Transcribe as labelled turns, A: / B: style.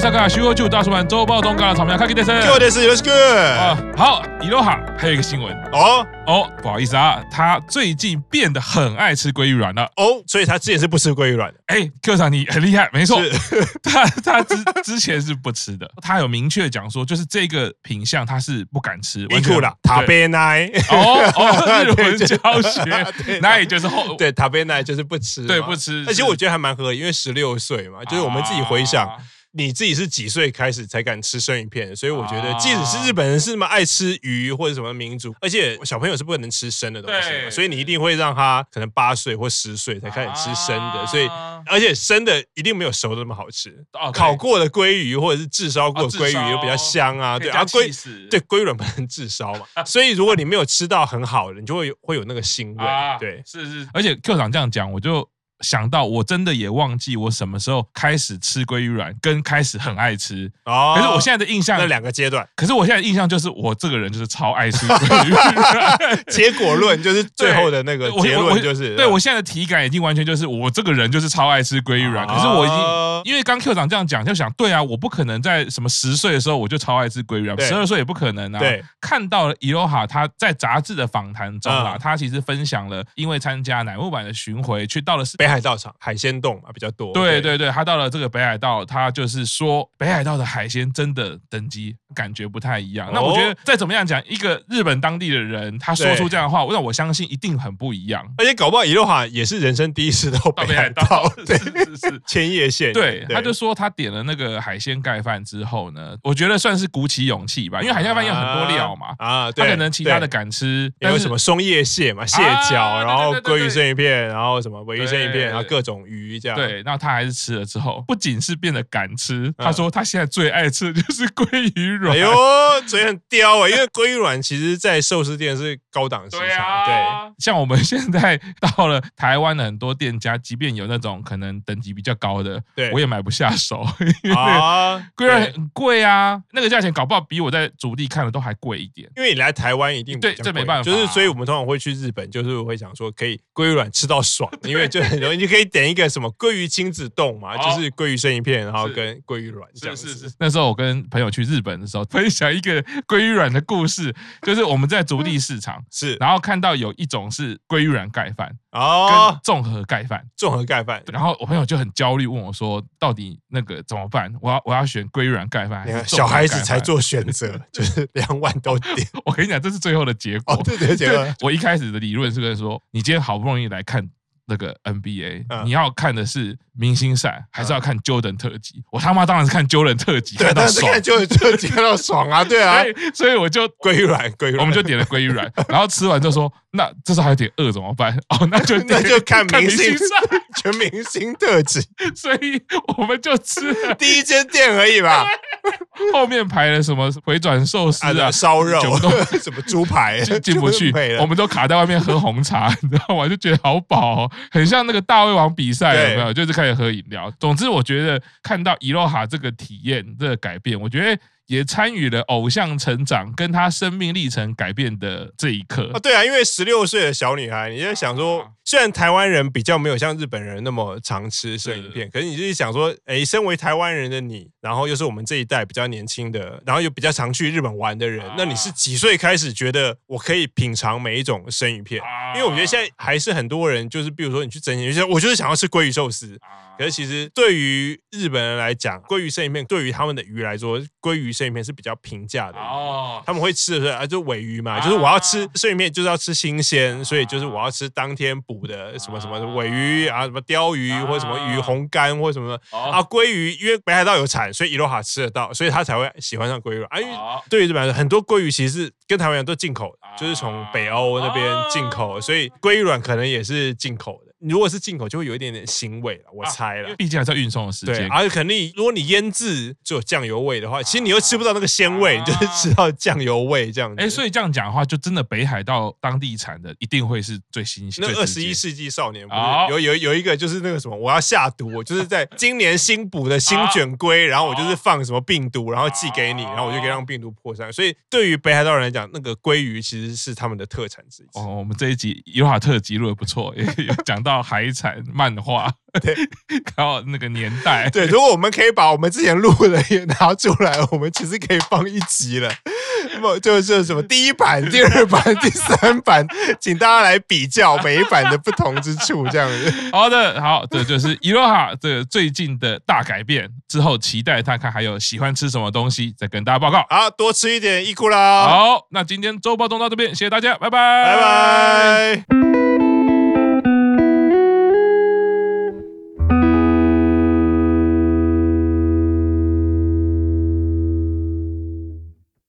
A: 上が週中大使馆周报通告の草莓开机电视。
B: 今日です。よろしく。
A: 啊，好，伊洛哈，还有一个新闻
B: 哦
A: 哦，不好意思啊，他最近变得很爱吃鲑鱼卵了。
B: 哦，所以他之前是不吃鲑鱼卵的。
A: 哎，Q 长你很厉害，没错，
B: 是
A: 他他之之前是不吃的，他有明确讲说，就是这个品相他是不敢 吃。
B: 伊
A: 完全
B: 库啦，塔
A: 对
B: 贝奈，
A: 哦 哦，日文教
B: 对
A: 学，那也就是后
B: 对，塔贝奈就是不吃嘛，
A: 对不吃
B: 而且我觉得还蛮合理，因为十六岁嘛，就是我们自己回想，
A: 啊
B: 你自己是几岁开始才敢吃生鱼片？所以我觉得，
A: 啊
B: 即使是日本人是那么爱吃鱼或者什么民族，而且小朋友是不能吃生的东西嘛，
A: 对
B: 所以你一定会让他可能八岁或十岁才开始吃生的，所以。
A: 啊
B: 而且生的一定没有熟的那么好吃，
A: 哦对
B: 烤过的鲑鱼或者是炙烧过的
A: 啊
B: 鲑
A: 炙烧
B: 鱼又比较香啊，
A: 可以
B: 对，
A: 加
B: 啊鲑
A: cheese
B: 对鲑鱼卵不能炙烧嘛，所以如果你没有吃到很好的，你就会有会有那个腥
A: 啊
B: 味，对，
A: 是是。而且 Q 长这样讲，我就想到我真的也忘记我什么时候开始吃鲑鱼卵，跟开始很爱吃。
B: 哦
A: 可是我现在的印象
B: 那，两个 阶段，
A: 可是我现在的印象就是我这个人就是超爱吃鲑 鱼卵。
B: 结果论就是最后的那个
A: 对我
B: 结
A: 我我
B: 论就是，嗯啊
A: 对我现在的体感已经完全就是我这个人就是超爱吃鲑鱼卵，可是我已经。
B: 哦
A: 因为刚 Q 长这样讲，就想对啊，我不可能在什么十岁的时候我就超爱吃鲑鱼卵，
B: 对
A: 十二岁也不可能啊。
B: 对，
A: 看到了伊 l 哈他在杂志的访谈中啊，
B: 嗯
A: 他其实分享了因为参加乃木坂的巡回，去到了世
B: 北海道场海鲜冻嘛比较多，
A: 对对对，他到了这个北海道，他就是说北海道的海鲜真的等级感觉不太一样。那我觉得
B: 哦
A: 再怎么样讲，一个日本当地的人他说
B: 对
A: 出这样的话，那我相信一定很不一样。
B: 而且搞不好一路哈也是人生第一次到
A: 到
B: 北
A: 北
B: 海
A: 海
B: 道
A: 道，，
B: 对
A: 是，是是。
B: 千叶县，
A: 对，他就说他点了那个海鲜盖饭之后呢，我觉得算是鼓起勇气吧，因为海鲜盖饭有很多料嘛，
B: 啊，啊
A: 他
B: 对，
A: 可能其他的
B: 对
A: 敢吃，
B: 也
A: 但
B: 有
A: 是
B: 什么松叶蟹嘛，蟹脚，
A: 啊
B: 然后
A: 对对
B: 鲑
A: 对对
B: 鱼生鱼片，然后什么尾鱼生鱼
A: 对
B: 片，然后各种鱼这样，，
A: 对，那他还是吃了之后，不仅是变得敢吃，他
B: 嗯
A: 说他现在最爱吃的就是鲑鱼
B: 哎
A: 软。
B: 呦，嘴很刁哎、因为鲑鱼卵其实在寿司店是高档 食
A: 对
B: 材，
A: 啊，像我们现在到了台湾的很多店家，即便有那种可能等级比较高的，
B: 对
A: 我也买不下手，因
B: 对
A: 为那个
B: 啊，
A: 鲑鱼卵
B: 对
A: 很贵啊，那个价钱搞不好比我在主地看的都还贵一点。
B: 因为你来台湾一定比
A: 对
B: 较
A: 这没
B: 贵
A: 办法
B: 就是所以我们通常会去日本，就是我会想说可以鲑鱼卵吃到爽，因为就很容易，你可以点一个什么鲑鱼亲子冻嘛，
A: 哦
B: 就是鲑鱼生鱼片，然后
A: 是
B: 跟鲑鱼卵这样子。，
A: 那时候我跟朋友去日本的时候， 分享一个鲑鱼卵的故事，就是我们在足
B: 嗯
A: 地市场，
B: 是
A: 然后看到有一种是鲑鱼卵盖饭跟
B: 哦，
A: 综合盖饭，
B: 综合盖饭，
A: 然后我朋友就很焦虑，问我说：“到底那个怎么办？我要我要选鲑鱼软盖饭
B: 你
A: 还
B: 看
A: 是
B: 小孩子才
A: 做。
B: 做选择， 就是两碗都点。”
A: 我跟你讲，这是最后的结果
B: 哦，。 对对对，
A: 我一开始的理论是跟说，你今天好不容易来看那个 NBA，
B: 嗯
A: 你要看的是明星赛，还是要看 Jordan 特辑？我他妈当然是看 Jordan 特辑，
B: 对，
A: 看到
B: 但是
A: 爽
B: 看。就就听到爽啊，对 啊
A: 所，以，所以我就
B: 鲑鱼卵，鲑鱼
A: 我
B: 卵
A: 们就点了鲑鱼软，然后吃完就说，那这时候还有点饿怎么办？哦，那就
B: 那就看
A: 看
B: 明
A: 明
B: 星
A: 星赛。
B: 全明星特辑，
A: 所以我们就吃了
B: 第一间店而 已吧，
A: 后面排了什么回转寿司啊
B: 啊，烧肉
A: 全部都，
B: 什么猪排
A: 进进不去
B: 全部没，了
A: 我们都卡在外面喝红茶， 你知道吗？就觉得好饱、哦，很像那个大胃王比赛，
B: 对
A: 有没有？就是开始喝饮料。总之，我觉得看到伊洛哈这个体验、这个改变，我觉得也参与了偶像成长跟他生命历程改变的这一刻
B: 啊，。对啊，因为十六岁的小女孩，你在想说
A: 啊，
B: 虽然台湾人比较没有像日本人那么常吃生鱼片，可是你就是想说，哎，身为台湾人的你，然后又是我们这一代比较年轻的，然后又比较常去日本玩的人，
A: 啊
B: 那你是几岁开始觉得我可以品尝每一种生鱼片？
A: 啊
B: 因为我觉得现在还是很多人，就是比如说你去整形，就是我就是想要吃鲑鱼寿司，可是其实对于日本人来讲，鲑鱼生鱼片对于他们的鱼来说，鲑鱼生鱼片是比较平价的。
A: 哦，
B: 他们会吃的是啊，就尾鱼嘛，
A: 啊
B: 就是我要吃生鱼片，就是要吃新鲜，所以就是我要吃当天捕的什么什么尾鱼啊，什么鲷鱼
A: 啊
B: 或者什么鱼红干或什么的啊，
A: 哦，
B: 鲑鱼因为北海道有产，所以伊洛哈吃得到，所以他才会喜欢上鲑鱼啊。因为
A: 好
B: 对于日本来说，很多鲑鱼其实是跟台湾一样都进口的，
A: 啊
B: 就是从北欧那边进口，
A: 啊
B: 所以鲑鱼卵可能也是进口的。如果是进口，就会有一点点腥味了，我猜
A: 啊因
B: 了
A: 为。毕竟还在运送的时
B: 对，啊
A: 间。
B: 而且肯定，如果你腌制就有酱油味的话，其实你又吃不到那个鲜味，
A: 啊
B: 你就是吃到酱油味这样子。
A: 哎，所
B: 以
A: 以这样讲的话，就真的北海道当地产的一定会是最新鲜。
B: 那
A: 最
B: 二
A: 直
B: 十
A: 接
B: 一世纪少年不是
A: 好
B: 有有有一个就是那个什么，我要下毒，我就是在今年新捕的新卷
A: 哦
B: 龟，然后我就是放什么病毒，然后寄给你，
A: 好
B: 然后我就可以让病毒扩散。所以对于北海道人来讲，那个鲑鱼其实是他们的特产之一。
A: 哦，我们这一集尤哈特辑录的不错，也有讲到海产漫画，
B: 对，
A: 然后那个年代，
B: 对，如果我们可以把我们之前录的也拿出来，我们其实可以放一集了。 不，就是什么第一版、第二版、 第三版， 请大家来比较每一版的不同之处，这样子。
A: 好的，好，这就是伊洛哈这个最近的大改变之后，期待他看还有喜欢吃什么东西，再跟大家报告。
B: 好，多吃一点伊库啦，
A: 好，那今天周报动到这边，谢谢大家，拜拜，
B: 拜拜。